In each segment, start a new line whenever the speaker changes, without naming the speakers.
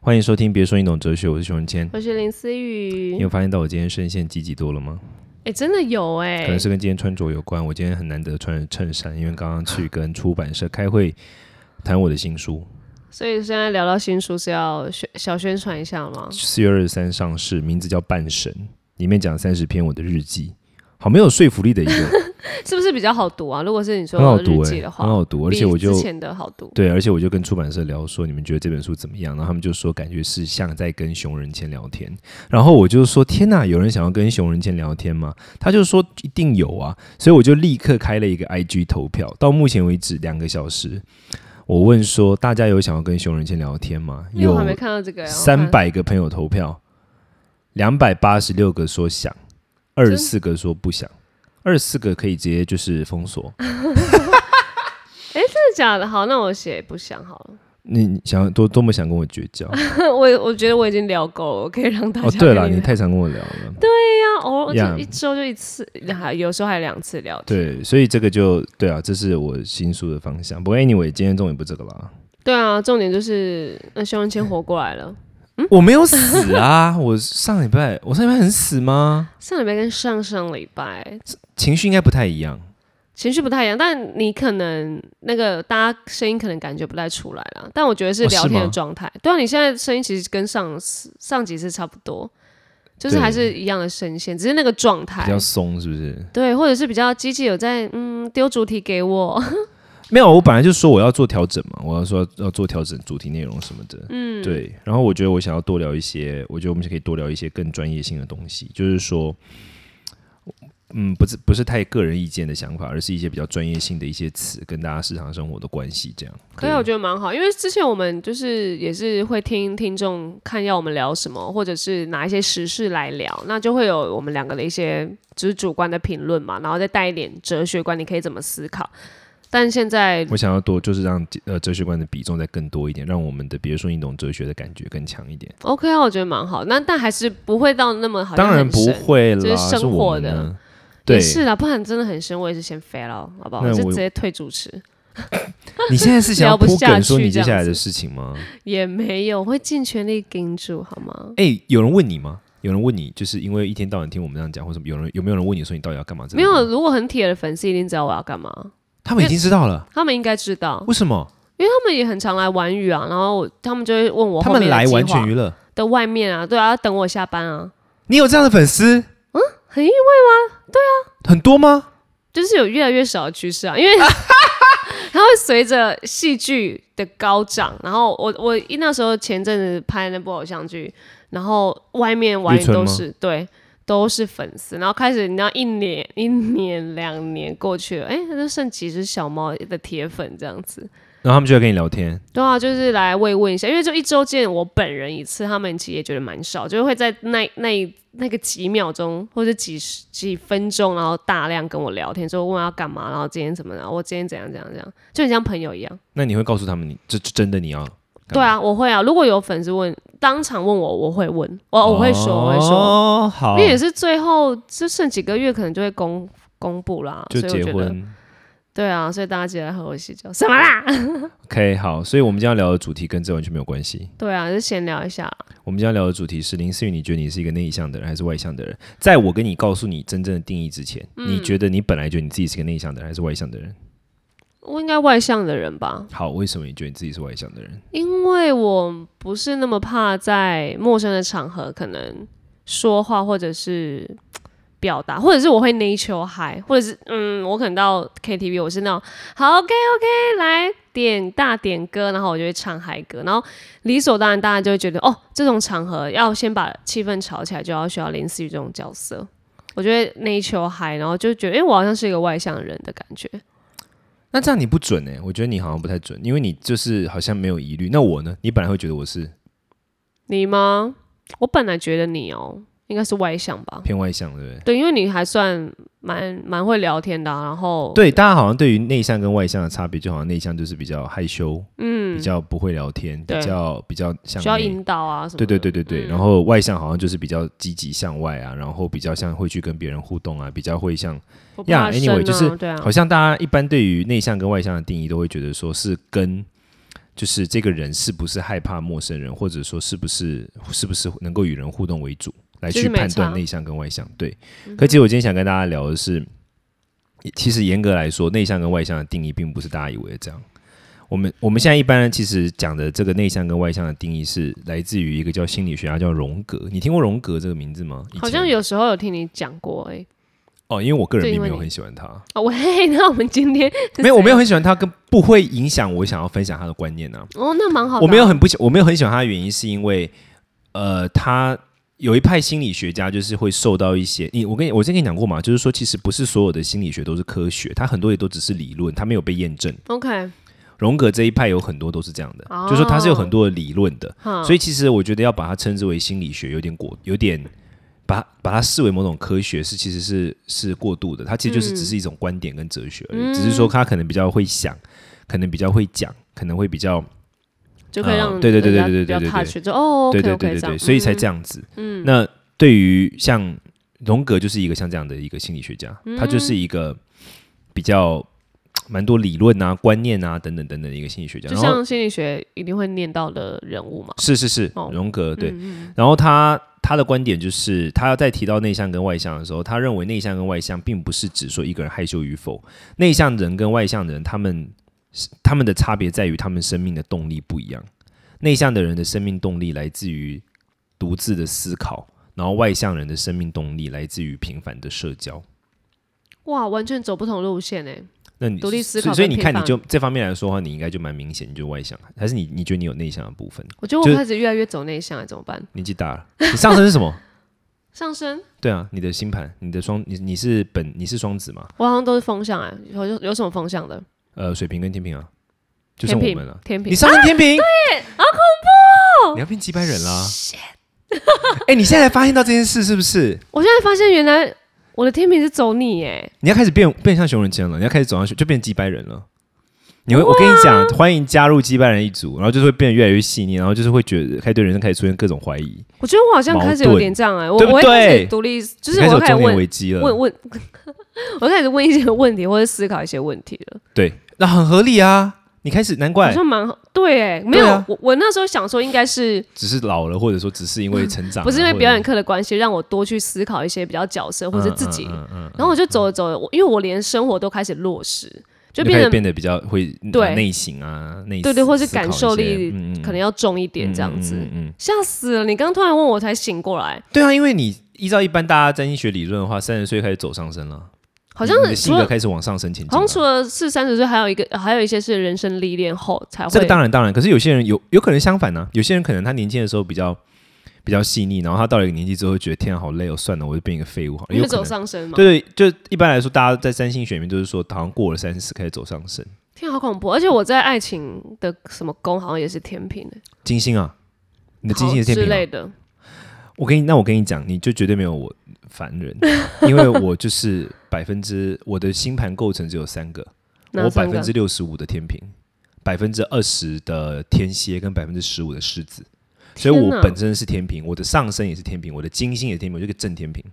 欢迎收听，别说你懂哲学，我是熊仁谦。
我是林思雨
你。有发现到我今天深陷积极多了吗？
哎、真的有哎、
可能是跟今天穿着有关。我今天很难得穿着衬衫，因为刚刚去跟出版社开会谈我的新书，
所以现在聊到新书是要宣小宣传一下吗？
四月二十三上市，名字叫《半神》，里面讲三十篇我的日记，好没有说服力的一 个，
是不是比较好读啊？如果是你
很好
说
读
日
哎、
记的话，
很好读，而且我
比
就
之前的好读。
对，而且我就跟出版社聊说，你们觉得这本书怎么样？然后他们就说，感觉是像在跟熊仁谦聊天。然后我就说，天哪，有人想要跟熊仁谦聊天吗？他就说一定有啊，所以我就立刻开了一个 IG 投票，到目前为止两个小时。我问说，大家有想要跟熊仁谦聊天吗？
因为
有
我还没看到这个、欸，
三百个朋友投票，两百八十六个说想，二十四个说不想，二十四个可以直接就是封锁。
真的假的？好，那我写不想好了。
你你想要多多么想跟我绝交？
我我觉得我已经聊够了，我可以让大家
哦，对
跟
了，你
聊
太常跟我聊了。
对呀、偶尔
呀
就一周就一次，还有时候还两次聊天。
对，所以这个就对啊，这是我新书的方向。不过 anyway，今天重点不这个啦，
对啊，重点就是那熊仁谦活过来了。
我没有死啊， 我上礼拜我上礼拜很死吗？
上礼拜跟上上礼拜
情绪应该不太一样。
情绪不太一样，但你可能那个大家声音可能感觉不太出来啦。但我觉得是
哦
聊
是
天的
吗
状态。对啊，你现在声音其实跟上次上几次差不多，就是
对
还是一样的声线，只是那个状
比
态
较。松是不是？
对，或者是比较积极，有在嗯丢主题 给我，
没有，我本来就说我要做调整嘛，我要说要做调整主题内容什么的。
嗯，
对，然后我觉得我想要多聊一些，我觉得我们是可以多聊一些更专业性的东西，就是说，嗯，不是不是太个人意见的想法，而是一些比较专业性的一些词跟大家日常生活的关系这样。
对啊，我觉得蛮好，因为之前我们就是也是会听听众看要我们聊什么，或者是拿一些时事来聊，那就会有我们两个的一些只是主观的评论嘛，然后再带一点哲学观，你可以怎么思考。但现在
我想要多就是让呃哲学观的比重再更多一点，让我们的比如说你懂哲学的感觉更强一点。
OK 啊，我觉得蛮好，那但还是不会到那么好像
当
很
然不
深，
会啦，
这是生
是我
活
们
的
呢对
也，是啦，不然真的很深，我也是先飞了，好不好？
那
我就
我
直接退主持，
你现在是想要
聊不
铺
下
梗说
去
你
这
接
样
下来的
子
事情吗？
也没有，我会尽全力盯住，好吗？
哎、有人问你吗？有人问你，就是因为一天到晚听我们这样讲，或者有人有没有人问你说你到底要干嘛？
没有，，如果很铁的粉丝一定知道我要干嘛，
他们已经知道了。
他们应该知道。
为什么？
他们也很常来玩语啊，然后我他们就会问我
他
后面
们
的
来
计划
完全娱乐。
的外面啊，对啊，要等我下班啊，
你有这样的粉丝
很意外，
很多吗？
就是有越来越少的趋势啊，因为它会随着戏剧的高涨，然后我我一那时候前阵子拍那部偶像剧，然后外面玩
渔
语
村
都
吗
是对。都是粉丝，然后开始，你知道一年、一年、两年过去了，哎，那就剩几只小猫的铁粉这样子。
然后他们就会跟你聊天，
对啊，就是来慰问一下，因为就一周见我本人一次，他们其实也觉得蛮少，就是会在那那那个几秒钟或者几十几分钟，然后大量跟我聊天，说问我要干嘛，然后今天怎么了，我今天怎样怎样怎样，就很像朋友一样。
那你会告诉他们你这这真的你要干
对
嘛
啊，我会啊，如果有粉丝问，当场问我，我会问，哦我我会说，我会说，
哦，好
因，为也是最后就剩几个月，可能就会公公布啦，
就
所以
结
我觉得，
婚。
对啊，所以大家记得和我喜酒什么啦？
OK，好，所以我们今天要聊的主题跟这完全没有关系。
对啊，就闲聊一下啦，
我们今天要聊的主题是林思雨，你觉得你是一个内向的人还是外向的人？在我跟你告诉你真正的定义之前，
嗯
你觉得你本来觉得你自己是个内向的人还是外向的人？
我应该外向的人吧，
好，为什么你觉得你自己是外向的人？
因为我不是那么怕在陌生的场合可能说话或者是表达，或者是我会 nature high，或者是嗯，我可能到 KTV 我是那种好 OK OK 来点大点歌，然后我就会唱嗨歌，然后理所当然大家就会觉得哦，这种场合要先把气氛炒起来，就要需要林思雨这种角色。我觉得 nature high，然后就觉得哎、诶我好像是一个外向人的感觉。
那这样你不准哎、我觉得你好像不太准，因为你就是好像没有疑虑。那我呢？你本来会觉得我是
你吗？我本来觉得你哦、应该是外向吧。
偏外向，对不对？
对，因为你还算蛮蛮会聊天的啊、然后
对，大家好像对于内向跟外向的差别，就好像内向就是比较害羞，
嗯
比较不会聊天，比
对
较比较像
需要
内
引导啊什么
对
的。
对对对对，然后外向好像就是比较积极向外啊，然后比较像会去跟别人互动啊，比较会像，
不
呀
怕生啊
，anyway，就是
对啊
好，像大家一般对于内向跟外向的定义都会觉得说是跟就是这个人是不是害怕陌生人，或者说是不是是不是能够与人互动为主，来
其
去
实没
判断
差
内向跟外向。对，
嗯
可其实我今天想跟大家聊的是，其实严格来说，内向跟外向的定义并不是大家以为的这样。我们我们现在一般人其实讲的这个内向跟外向的定义是来自于一个叫心理学家叫荣格，你听过荣格这个名字吗？以
好
前
像有时候有听你讲过哎、欸
哦，因为我个人
对
并
因为
没有
你
很喜欢他，
哦喂， 那我们 今天是
没有我没有
谁
很喜欢他，跟不会影响我想要分享他的观念啊。
哦，那蛮好的啊、
我没有很不喜，我没有很喜欢他的原因是因为，呃，他有一派心理学家就是会受到一些，你我跟你我之前跟你讲过嘛，就是说其实不是所有的心理学都是科学，它很多也都只是理论，它没有被验证。
OK，
荣格这一派有很多都是这样的，
哦
就是说它是有很多的理论的，
哈
所以其实我觉得要把它称之为心理学，有点过，有点把它把它视为某种科学是其实是是过度的，它其实就是
嗯
只是一种观点跟哲学而已，
嗯
只是说它可能比较会想，可能比较会讲，可能会比较。
就可以让
啊对对对对对
人家
对对
比较
对
touch 就哦，
对
OK，
对
OK，
对对
这
对，
样
所以才
嗯
这样子。嗯，那对于像荣格就是一个像这样的一个心理学家，
嗯
他就是一个比较蛮多理论啊、观念啊等等等等的一个心理学家。
就
然后
像心理学一定会念到的人物嘛。
是是是
哦，
荣格对，
嗯，嗯
然后他他的观点就是，他在提到内向跟外向的时候，他认为内向跟外向并不是指说一个人害羞与否，内向人跟外向人他们他们的差别在于他们生命的动力不一样。内向的人的生命动力来自于独自的思考，然后外向人的生命动力来自于频繁的社交。
哇，完全走不同路线哎。
那你
独立思考
所以所以你
跟
看，
频
你
繁
就这方面来说的话，你应该就蛮明显，你就外向，还是你你觉得你有内向的部分？
我觉得
就是
我开始越来越走内向了，欸怎么办？
年纪大了，你上身是什么？
上升，
对啊，你的星盘，你的双，你你是本你是双子嘛？
我好像都是风向哎，有有有什么风向的？
呃，水瓶跟天平啊，就剩
天
我
平
们了。，
天平啊
你，上升天平，对，好恐怖、
哦
你要变几百人啦！ 哎、你现在才发现到这件事是不是？
我现在发现原来我的天平是走你哎，
你要开始变变像熊仁谦了，你要开始走上去就变几百人了。你会，我跟你讲，欢迎加入击败人一族，然后就是会变得越来越细腻，然后就是会觉得开始对人生开始出现各种怀疑，
我觉得我好像开始有点这样哎，我
对不
我会开
对
始独立，就
你
是
开始
我
有
开始
中年危
问
机了
问。 问，我开始问一些问题或者思考一些问题了，
对，那很合理啊。你开始难
好
怪，
像蛮好对哎，没有
对啊
我我那时候想说应该是
只是老了，或者说只是因为成长啊，
嗯不是因为
或者
表演课的关系，让我多去思考一些比较角色或者是自己。
嗯嗯嗯嗯
然后我就走着走着，我因为我连生活都开始落实，就
开
变
始
得
变得比较会嗯
对
内省啊，内
对对，或是
思考
感受
一些
力
嗯嗯
可能要重一点这样子
嗯嗯。嗯嗯
吓死了！你刚突然问我才醒过来，
对啊，因为你依照一般大家占星学理论的话，三十岁开始走上升了，
好像
你嗯你的
除
性格
了
开始往上升前进
好
了
像。除了是三十岁，还有一个还有一些是人生历练后才会。
这个当然当然，可是有些人有有可能相反呢、啊有些人可能他年轻的时候比较比较细腻，然后他到了一个年纪之后会觉得天啊好累哦，算了，我就变一个废物好了。
因
有
为
可
走
能
上升嘛，
对对，就一般来说，大家在占星学里面就是说，好像过了三十开始走上升，
天啊好恐怖！而且我在爱情的什么宫好像也是天平的，
金星啊，你的金星
好
是天
之
平、啊
类、的。
我跟你，那我跟你讲，你就绝对没有我烦 人，因为我就是百分之我的星盘构成只有三个，
哪
我
三
百
个
分之六十五的天平，百分之二十的天蝎跟百分之十五的狮子，所以
天
我
哪
本身是天平，我的上身也是天平，我的金星也是天平，我就一个正天平，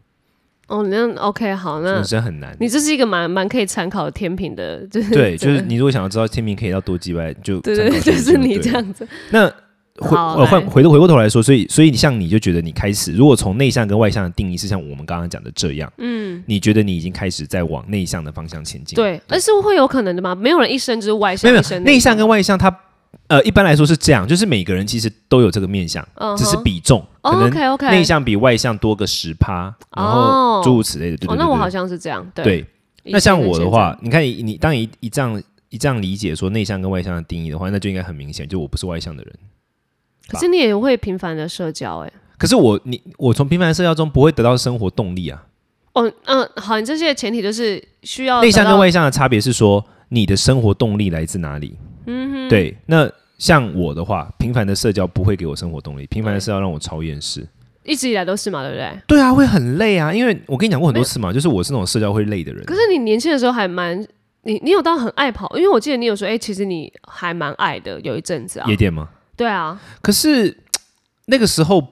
哦，那 OK 好，那
人生很难。
你这是一个蛮蛮可以参考的天平的，就是
对，就是你如果想要知道天平可以到多几百，就
对
参考
对对，
天
就
平
是你
对
这样子。
那回
好
呃
来
换回头回过头来说，所以所以像你就觉得你开始，如果从内向跟外向的定义是像我们刚刚讲的这样，嗯，你觉得你已经开始在往内向的方向前进，，
对，哎而是会有可能的吗？没有人一生就是外
没有
向，一
没有
生
内向跟外向它，呃一般来说是这样，就是每个人其实都有这个面向，
嗯哼
只是比重
哦
可能
OK，OK
内向比外向多个十趴，然
哦
后诸如此类的，对对
哦，
对
那我
对
好像是这样。对，
对。那像我的
以
话
前，
你看你你当你一一这样一这样理解说内向跟外向的定义的话，那就应该很明显，就我不是外向的人。
跟现在，可是你也会频繁的社交哎、
可是我你我从平凡的社交中不会得到生活动力啊。
哦，嗯，好，你这些前提就是需要
内向
哦得到
跟外向的差别是说，你的生活动力来自哪里？嗯对。那像我的话，平凡的社交不会给我生活动力，平凡的社交让我超厌世。
一直以来都是嘛，对不对？
对啊，会很累啊，因为我跟你讲过很多次嘛，就是我是那种社交会累的人。
可是你年轻的时候还蛮你你有到很爱跑，因为我记得你有说，哎、其实你还蛮爱的，有一阵子啊
夜，店吗？
对啊，
可是那个时候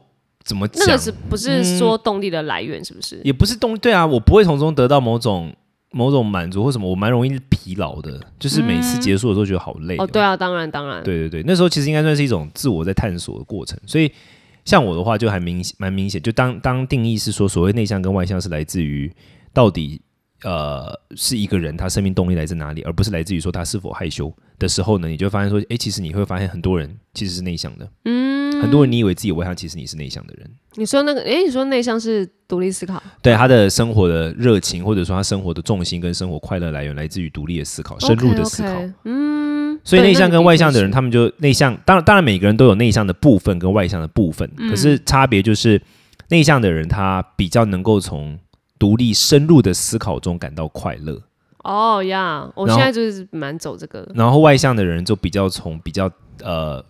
怎么讲？嗯
那个是不是说动力的来源？是不是？
也不是动力对啊，我不会从中得到某种某种满足或什么，我蛮容易疲劳的，就是每次结束的时候觉得好累、
嗯哦，对啊，当然当然，
对对对，那时候其实应该算是一种自我在探索的过程。所以像我的话，就还明蛮明显，就当当定义是说，所谓内向跟外向是来自于到底呃是一个人他生命动力来自哪里，而不是来自于说他是否害羞的时候呢，你就会发现说，诶，其实你会发现很多人其实是内向的，嗯，很多人你以为自己外向，其实你是内向的人。
你说那个，诶，你说内向是独立思考，
对啊他的生活的热情，或者说他生活的重心跟生活快乐来源，来自于独立的思考、深入的思考。
OK，OK，嗯，
所以
对
内向跟外向的，
那
人，
你的确是
他们就内向，当然当然每个人都有内向的部分跟外向的部分，
嗯
可是差别就是内向的人他比较能够从独立深入的思考中感到快乐，
哦呀，我
然
现
后
在就是蛮走这个，
然后外向的人就比较从比较呃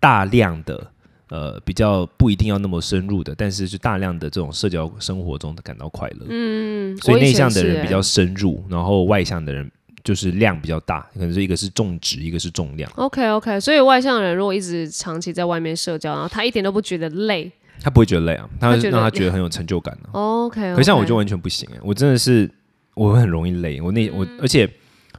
大量的。呃，比较不一定要那么深入的，但是就大量的这种社交生活中感到快乐。
嗯，
所以
我
内
以前
向的
是
人比较
欸
深入，然后外向的人就是量比较大，可能是一个是重质，一个是重量，
OK OK，所以外向的人如果一直长期在外面社交，然后他一点都不觉得累
他不会觉得累啊，他
他觉得
让他觉得很有成就感啊。
，OK，,
可像我就完全不行哎、我真的是我会很容易累，我那我而且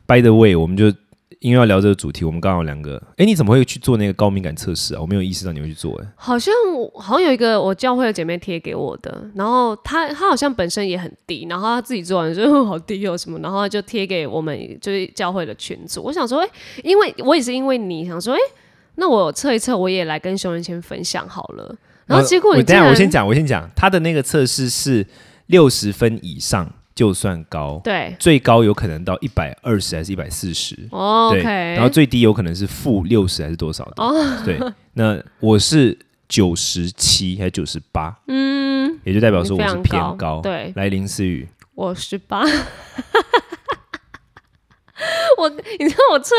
by the way，我们就因为要聊这个主题，我们刚好有两个，哎、你怎么会去做那个高敏感测试啊？我没有意识到你会去做哎、
好像我好像有一个我教会的姐妹贴给我的，然后她她好像本身也很低，然后她自己做完就说好低哦什么，然后她就贴给我们就是教会的群组。我想说，哎、因为我也是因为你想说，哎、那我测一测，我也来跟熊仁谦分享好了。然后结果
呃我
你竟
等一
然、
下我先讲，我先讲，他的那个测试是六十分以上就算高，
对
最高有可能到一百二十还是一百四十。
哦
对，
，OK，哦
然后最低有可能是负六十还是多少的？ 对，那我是九十七还是九十八，
嗯，
也就代表说
你
我
非
是
常
偏
高对
来，林思雨，
我十八。 我，你知道我测，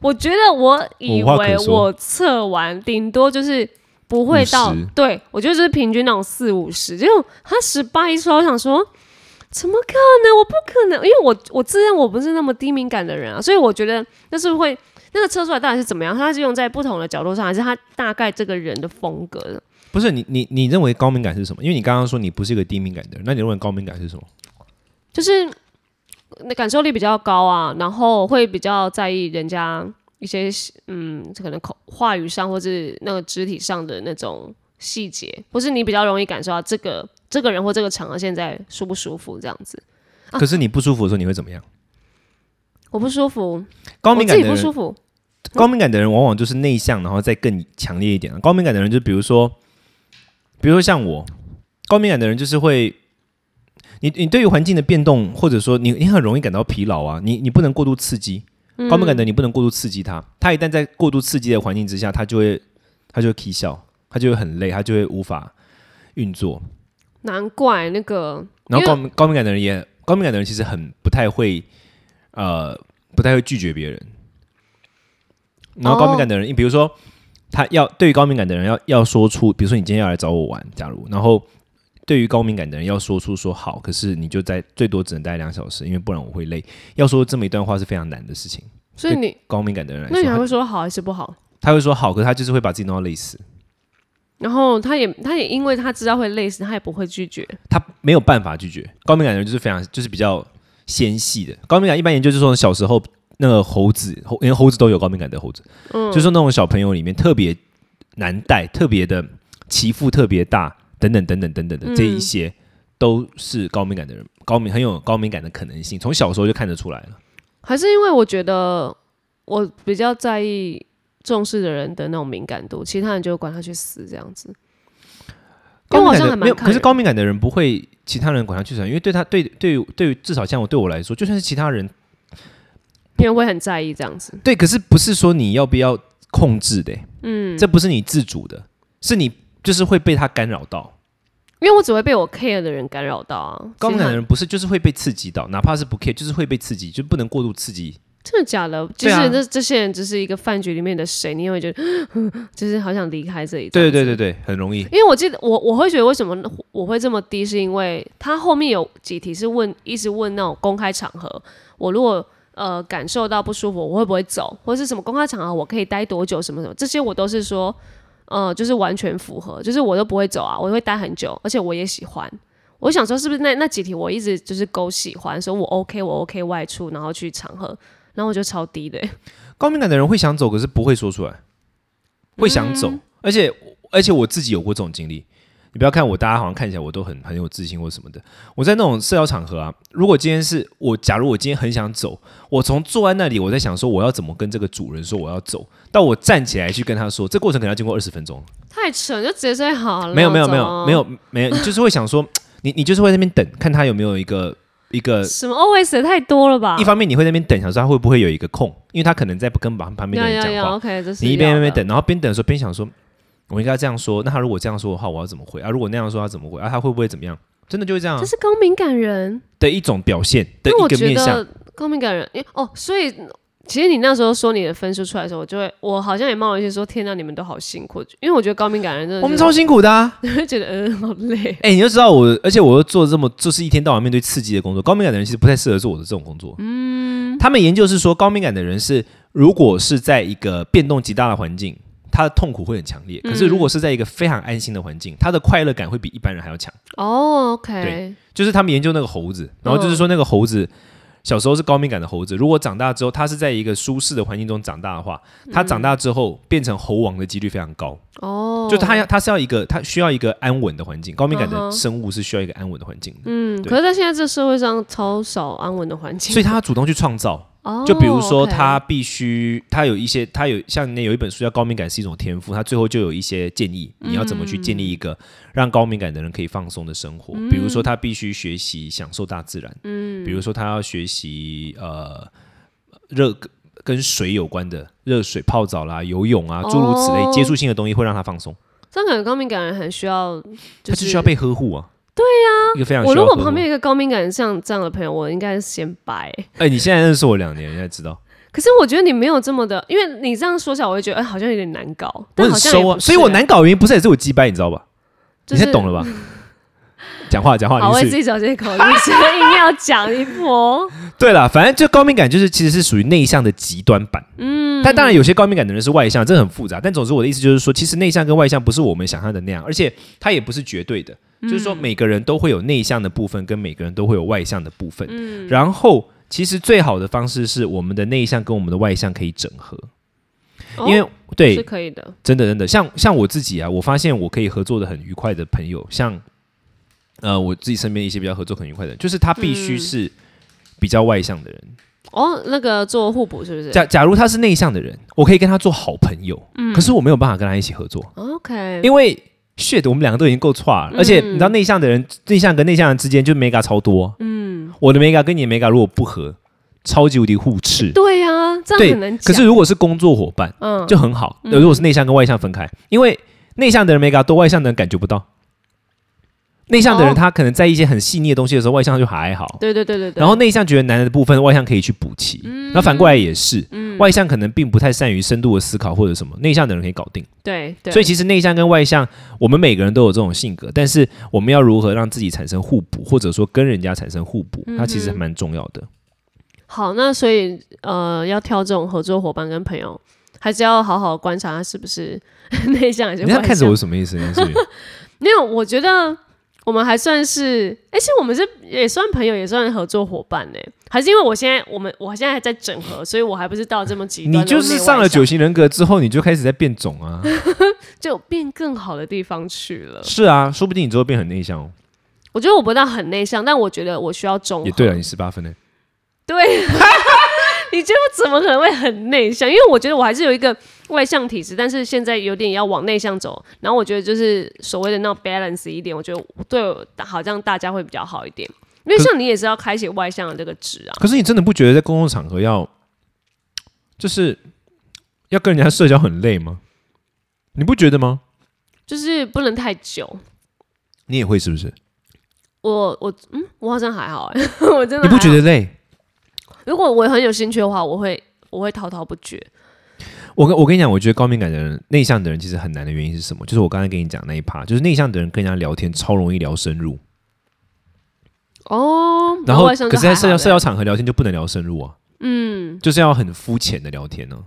我觉得我以
我无话可
为
说
我测完顶多就是不会到
50，
对我觉得就是平均那种四五十，结果他十八一出来，我想说怎么可能？我不可能，因为我我自认我不是那么低敏感的人啊，所以我觉得那是会那个测出来到底是怎么样，他是用在不同的角度上，还是他大概这个人的风格的？
不是你你你认为高敏感是什么？因为你刚刚说你不是一个低敏感的人，那你认为高敏感是什么？
就是那感受力比较高啊，然后会比较在意人家一些嗯，可能口话语上或是那个肢体上的那种细节，或是你比较容易感受到这个这个人或这个场合现在舒不舒服这样子。
可是你不舒服的时候你会怎么样？
我不舒服，
高敏感
啊我自
的
己不舒
人，
服。嗯
高敏感的人往往就是内向，然后再更强烈一点。啊高敏感的人就比如说，比如说像我，高敏感的人就是会。你你对于环境的变动，或者说你你很容易感到疲劳啊，你你不能过度刺激，
嗯
高敏感的你不能过度刺激他，他一旦在过度刺激的环境之下，他就会他就会啼笑，他就会很累，他就会无法运作。
难怪那个，
然后
因为
高敏高敏感的人也高敏感的人其实很不太会，呃，不太会拒绝别人。
哦
然后高敏感的人，你、比如说他要对于高敏感的人要要说出，比如说你今天要来找我玩，假如然后对于高敏感的人要说出说好，可是你就在最多只能待两小时，因为不然我会累。要说这么一段话是非常难的事情。
所以你
高敏感的人来
那
说，
你还
他
会说好还是不好？
他会说好，可是他就是会把自己弄到累死，
然后他也他也因为他知道会累死，他也不会拒绝。
他没有办法拒绝。高敏感的人就是非常就是比较纤细的。高敏感一般研究就是说小时候那个猴子，猴因为猴子都有高敏感的猴子，
嗯
就是说那种小朋友里面特别难带，特别的其负特别大，等等等等等等
嗯
的这一些、都是高敏感的人，高敏很有高敏感的可能性，从小时候就看得出来了。
还是因为我觉得我比较在意重视的人的那种敏感度，其他人就管他去死这样子。因为
高
我
敏
好
感
像还
的没
蛮
有，
看
可是高敏感的人不会其他人管他去死，因为对他对对对于至少像我对我来说，就算是其他人
别人会很在意这样子。
对，可是不是说你要不要控制的、嗯，这不是你自主的，是你就是会被他干扰到。
因为我只会被我 care 的人干扰到啊，
高敏感的
其他
人不是就是会被刺激到，哪怕是不 care，就是会被刺激，就不能过度刺激。
真的假的？即
对
使
啊
这这些人只是一个饭局里面的谁，你也会觉得 就是好想离开这里。
对对对对对，很容易。
因为我记得我我会觉得为什么我会这么低，是因为他后面有几题是问，一直问那种公开场合，我如果呃感受到不舒服，我会不会走，或是什么公开场合我可以待多久，什么什么，这些我都是说，呃，就是完全符合，就是我都不会走啊，我会待很久，而且我也喜欢。我想说是不是那那几题我一直就是勾喜欢，说我 OK 我 OK 外出，然后去场合，然后我就超低的、欸
高敏感的人会想走，可是不会说出来，会想走，而且而且我自己有过这种经历。你不要看我，大家好像看起来我都很很有自信或什么的。我在那种社交场合啊，如果今天是我，假如我今天很想走，我从坐在那里，我在想说我要怎么跟这个主人说我要走，到我站起来去跟他说，这过程可能要经过二十分钟。
太扯，你就直接睡好了。
没有没有没
走
有没有没有，你就是会想说，你你就是会在那边等，看他有没有一个一个
什么 OS 也太多了吧？
一方面你会在那边等，想说他会不会有一个空，因为他可能在跟旁旁边
要
的人
要
讲
要
话。
，OK，这是
你一边
要
一
的啊
边等，然后边等的时候边想说，我应该这样说，那他如果这样说的话，我要怎么回啊？如果那样说，他怎么回啊？他会不会怎么样？真的就会这样啊
这是高敏感人
的一种表现的
因为
一
我
个
觉
面向。
得高敏感人，因为哦，所以其实你那时候说你的分数出来的时候，我就会，我好像也冒了一些说，天呐，你们都好辛苦，因为我觉得高敏感人真的是，
我们超辛苦的、啊，
会觉得嗯好 累，
哎、你就知道我，而且我又做这么，就是一天到晚面对刺激的工作。高敏感的人其实不太适合做我的这种工作。嗯，他们研究是说，高敏感的人是如果是在一个变动极大的环境，他的痛苦会很强烈；可是如果是在一个非常安心的环境，他的快乐感会比一般人还要强。
哦，OK，
对就是他们研究那个猴子，
嗯
然后就是说那个猴子、小时候是高敏感的猴子，如果长大之后它是在一个舒适的环境中长大的话，
嗯
它长大之后变成猴王的几率非常高。
哦，
就它要它是要一个它需要一个安稳的环境，高敏感
嗯
的
哼
生物是需要一个安稳的环境的，
嗯，
对
可是在现在这社会上超少安稳的环境，
所以它主动去创造。
哦，
就比如说，
OK
他必须，他有一些，他有像那有一本书叫《高敏感是一种天赋》，他最后就有一些建议，
嗯
你要怎么去建立一个让高敏感的人可以放松的生
嗯
活。比如说，他必须学习享受大自然，嗯，比如说他要学习呃热跟水有关的热水泡澡啦、游泳啊，诸如此类
哦
接触性的东西会让他放松，
这样感觉高敏感人很需要，
他就
就
是需要被呵护啊。对呀，一个非常需
我
要
如果
呵护
旁边有一个高敏感人像这样的朋友，我应该先掰、
哎，你现在认识我两年，你才知道
可是我觉得你没有这么的，因为你这样缩小，我会觉得哎、好像有点难搞，
我
但
很
好像也
收啊，
不是
所以我难搞的原因不是也是我鸡掰，你知道吧？
就
你
是嗯
现在懂了吧？讲话讲话，
好，我
你
为
是
自己找借口，你是硬要讲一 波，
对了，反正就高敏感就是其实是属于内向的极端版。嗯，但当然有些高敏感的人是外向，这很复杂。但总之我的意思就是说，其实内向跟外向不是我们想象的那样，而且它也不是绝对的，
嗯
就是说每个人都会有内向的部分，跟每个人都会有外向的部分。嗯，然后其实最好的方式是我们的内向跟我们的外向可以整合，
哦
因为哎对
是可以的。
真的真的，像像我自己啊，我发现我可以合作的很愉快的朋友，像呃我自己身边一些比较合作很愉快的人，就是他必须是比较外向的人。
哦，那个做互补是不是
假假如他是内向的人，我可以跟他做好朋友，可是我没有办法跟他一起合作，
哦？OK，
因为 shit 我们两个都已经够差了，而且你知道内向的人，内向跟内向人之间就 mega 超多，嗯，我的 mega 跟你的 mega 如果不合，超级无敌互斥。
对呀，这样
对
很难，
可
讲。
是如果是工作伙伴，
嗯，
就很好。如果是内向跟外向分开，因为内向的人 mega 多，外向的人感觉不到。内向的人
哦
他可能在意一些很细腻的东西的时候，外向就还好。
对对对对对。
然后内向觉得难的部分，外向可以去补齐。
嗯
那反过来也是，外向可能并不太善于深度的思考或者什么，内向的人可以搞定。
对对，
所以其实内向跟外向，我们每个人都有这种性格，但是我们要如何让自己产生互补，或者说跟人家产生互补，
嗯
它其实还蛮重要的。
好，那所以呃，要挑这种合作伙伴跟朋友，还是要好好观察他是不是 内向还是
你
外
在
向。
看着我什么意思？梁思 雨
没有，我觉得我们还算是，哎、其实我们是也算朋友，也算合作伙伴呢、还是因为我现在我们我现在还在整合，所以我还不是到这么极端
你
的内外向。
就是上了九型人格之后，你就开始在变种 啊。
就变更好的地方去了。
是啊，说不定你之后变很内向哦。
我觉得我不到很内向，但我觉得我需要中和。
也对啊了，你十八分呢。
对， 你觉得我怎么可能会很内向？因为我觉得我还是有一个外向体质，但是现在有点要往内向走。然后我觉得就是所谓的那种 balance 一点，我觉得对我好像大家会比较好一点。因为像你也是要开启外向的这个值啊，
可是你真的不觉得在公共场合要，就是要跟人家社交很累吗？你不觉得吗？
就是不能太久。
你也会是不是？
我我嗯，我好像还好哎、 我真的
你不
还好
觉得累？
如果我很有兴趣的话，我会我会滔滔不绝。
我跟我跟你讲，我觉得高敏感的人、内向的人其实很难的原因是什么？就是我刚才跟你讲那一趴，就是内向的人跟人家聊天超容易聊深入，
哦，
然后
外向
可是，在社交社
交
交场合聊天就不能聊深入啊，嗯，就是要很肤浅的聊天呢、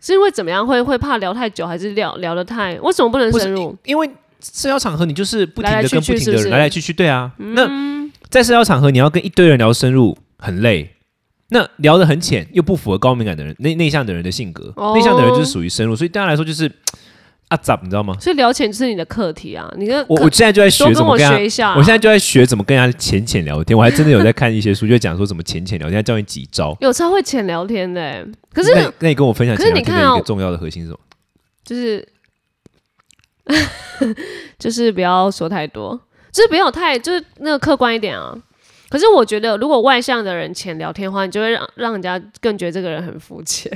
是因为怎么样会会怕聊太久，还是聊聊得太？为什么不能
不是
深入？
因为社交场合你就是不停的跟不
来来去去
停
是
的
不是嗯
人来来去去，对啊。那在社交场合你要跟一堆人聊深入，很累。那聊得很浅，又不符合高敏感的人内内向的人的性格，
哦
内向的人就是属于深入，所以对他来说就是啊咋你知道吗？
所以聊浅就是你的课题啊，你跟
我
可
我现在就在学
多
怎
跟
么
我
跟他
学一下啊、
我现在就在学怎么跟人家浅浅聊天，我还真的有在看一些书，就讲说怎么浅浅聊天，教你几招。
有超会浅聊天的欸、可是
那那你跟我分享
可
浅
是
聊
你
天
看
的一
哦
个重要的核心是什么？
就是 就是不要说太多，就是不要太就是那个客观一点啊。可是我觉得，如果外向的人浅聊天的话，你就会让让人家更觉得这个人很肤浅，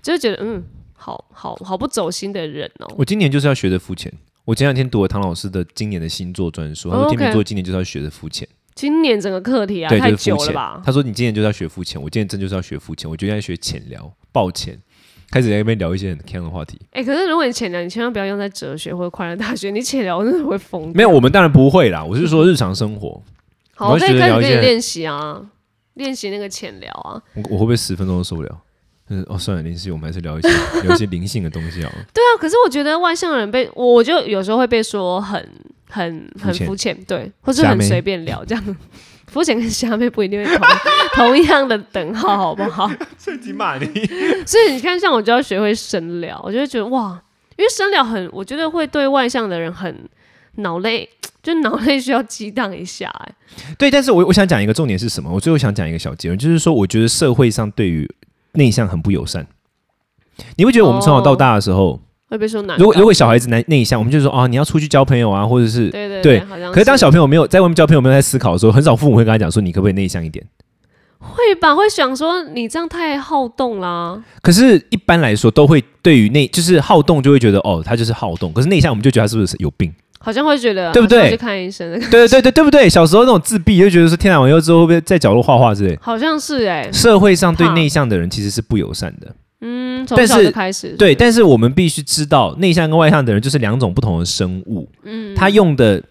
就会觉得嗯，好好好不走心的人哦、
我今年就是要学着肤浅。我前两天读了唐老师的今年的星座专书，他
哦
说
，OK
天秤座今年就是要学着肤浅，
今年整个课题啊，
对，
太
就是
久
肤
了
浅
吧。？
他说你今年就是要学肤浅，我今年真就是要学肤浅，我就应该学浅聊、抱歉，开始在那边聊一些很坑的话题。
哎、可是如果你浅聊，你千万不要用在哲学或者快乐大学，你浅聊我真的会疯掉。
没有，我们当然不会啦，我是说日常生活，
好，我
我
可
会
以
觉得
开始
聊一
跟
些
你练习啊，练习那个浅聊啊。
我我会不会十分钟都受不了？嗯，哦，算了，林夕，我们还是聊一些 聊一些灵性的东西好了。
对啊，可是我觉得外向的人被我我就有时候会被说很很很
肤浅
肤浅，对，或是
虾
很
妹
随便聊这样。 肤浅跟虾妹不一定会同 同样的等号，好不好？
这集骂你。
所以你看，像我就要学会深聊，我就会觉得哇，因为深聊很，我觉得会对外向的人很脑内，就脑内需要激荡一下、哎，
对，但是我我想讲一个重点是什么？我最后想讲一个小结论，就是说，我觉得社会上对于内向很不友善。你不觉得我们从小到大的时候，
会被说难搞。
如果如果小孩子内内向，我们就说啊，你要出去交朋友啊，或者是。
对对
对
好像
可是当小朋友没有在外面交朋友，没有在思考的时候，很少父母会跟他讲说你可不可以内向一点。
会吧，会想说你这样太好动啦。
可是，一般来说都会对于内就是好动就会觉得哦，他就是好动。可是内向我们就觉得他是不是有病？
好像会觉得
对不对
好像去看医生，
对对对对对不对？小时候那种自闭就觉得说天哪，我以后之后会不会在角落画画之类。
好像是哎、
社会上对
怕
内向的人其实是不友善的。
嗯，从
但
小就是开始，
对，但是我们必须知道，内向跟外向的人就是两种不同的生物。嗯，他用的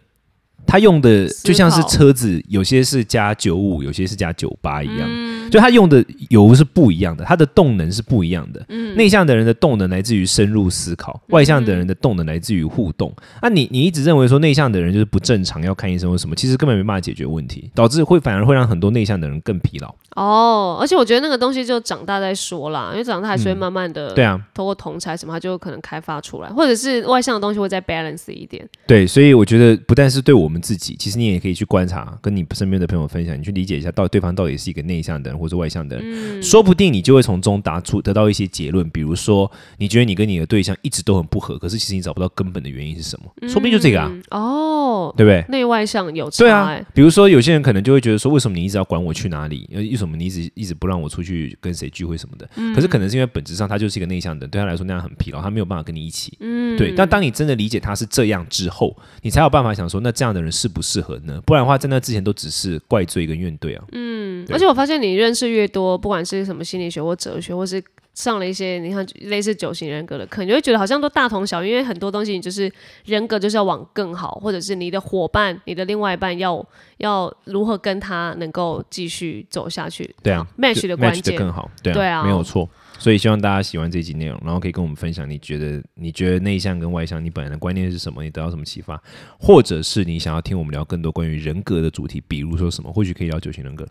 他用的
思考
就像是车子，有些是加九五，有些是加九八一样，
嗯
就他用的油是不一样的，它的动能是不一样的。
嗯
内向的人的动能来自于深入思考，外向的人的动能来自于互动。那、你你一直认为说内向的人就是不正常，要看医生或什么，其实根本没办法解决问题，导致会反而会让很多内向的人更疲劳。
哦，而且我觉得那个东西就长大再说啦，因为长大还是会慢慢的，
嗯对，啊，
通过同才什么，它就可能开发出来，或者是外向的东西会再 balance 一点。
对，所以我觉得不但是对我们自己，其实你也可以去观察，跟你身边的朋友分享，你去理解一下，到底对方到底是一个内向的人或者外向的人，说不定你就会从中打出得到一些结论，比如说你觉得你跟你的对象一直都很不合，可是其实你找不到根本的原因是什么，说不定就这个啊，
嗯哦，
对不对？
内外向有差、
对
欸，
啊，比如说有些人可能就会觉得说，为什么你一直要管我去哪里？呃为什么你一直一直不让我出去跟谁聚会什么的？可是可能是因为本质上他就是一个内向的人，对他来说那样很疲劳，他没有办法跟你一起。嗯，对。但当你真的理解他是这样之后，你才有办法想说，那这样的人适不适合呢？不然的话，在那之前都只是怪罪跟怨怼啊。
嗯
对
而且我发现你认识越多，不管是什么心理学或哲学，或是上了一些你看类似九型人格的课，你就会觉得好像都大同小异，因为很多东西你就是人格就是要往更好，或者是你的伙伴、你的另外一半要要如何跟他能够继续走下去
对啊
，match
就
的关
match 得
键。
更好，对啊，
对啊
没有错。所以希望大家喜欢这集内容，然后可以跟我们分享，你觉得你觉得内向跟外向，你本来的观念是什么？你得到什么启发？或者是你想要听我们聊更多关于人格的主题，比如说什么？或许可以聊九型人格，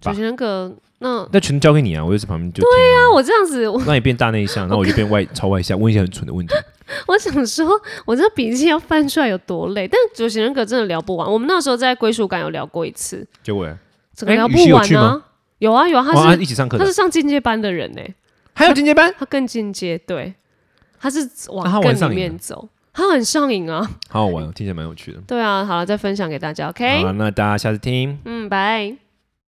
九型人格，那
那全交给你啊！我就在旁边就听啊、
那我这样子，我
那你变大内向，那我就变外超外向，问一些很蠢的问题。
我想说，我这笔记要翻出来有多累，但九型人格真的聊不完。我们那时候在归属感有聊过一次，
结果嘞
整个
哎
聊
雨
不
熙有
完
去
啊
吗。
有啊有啊，他
哇，
是
一起上课
他
的
是，上进阶班的人欸呢、
还有进阶班，
他更进阶，对，他是
那啊他
往
玩上
更里
瘾
面
吗
走，他很上瘾啊，
好好玩哦，听起来蛮有趣的。
对啊，好了，再分享给大家
好
，OK，
了，那大家下次听。
嗯，拜。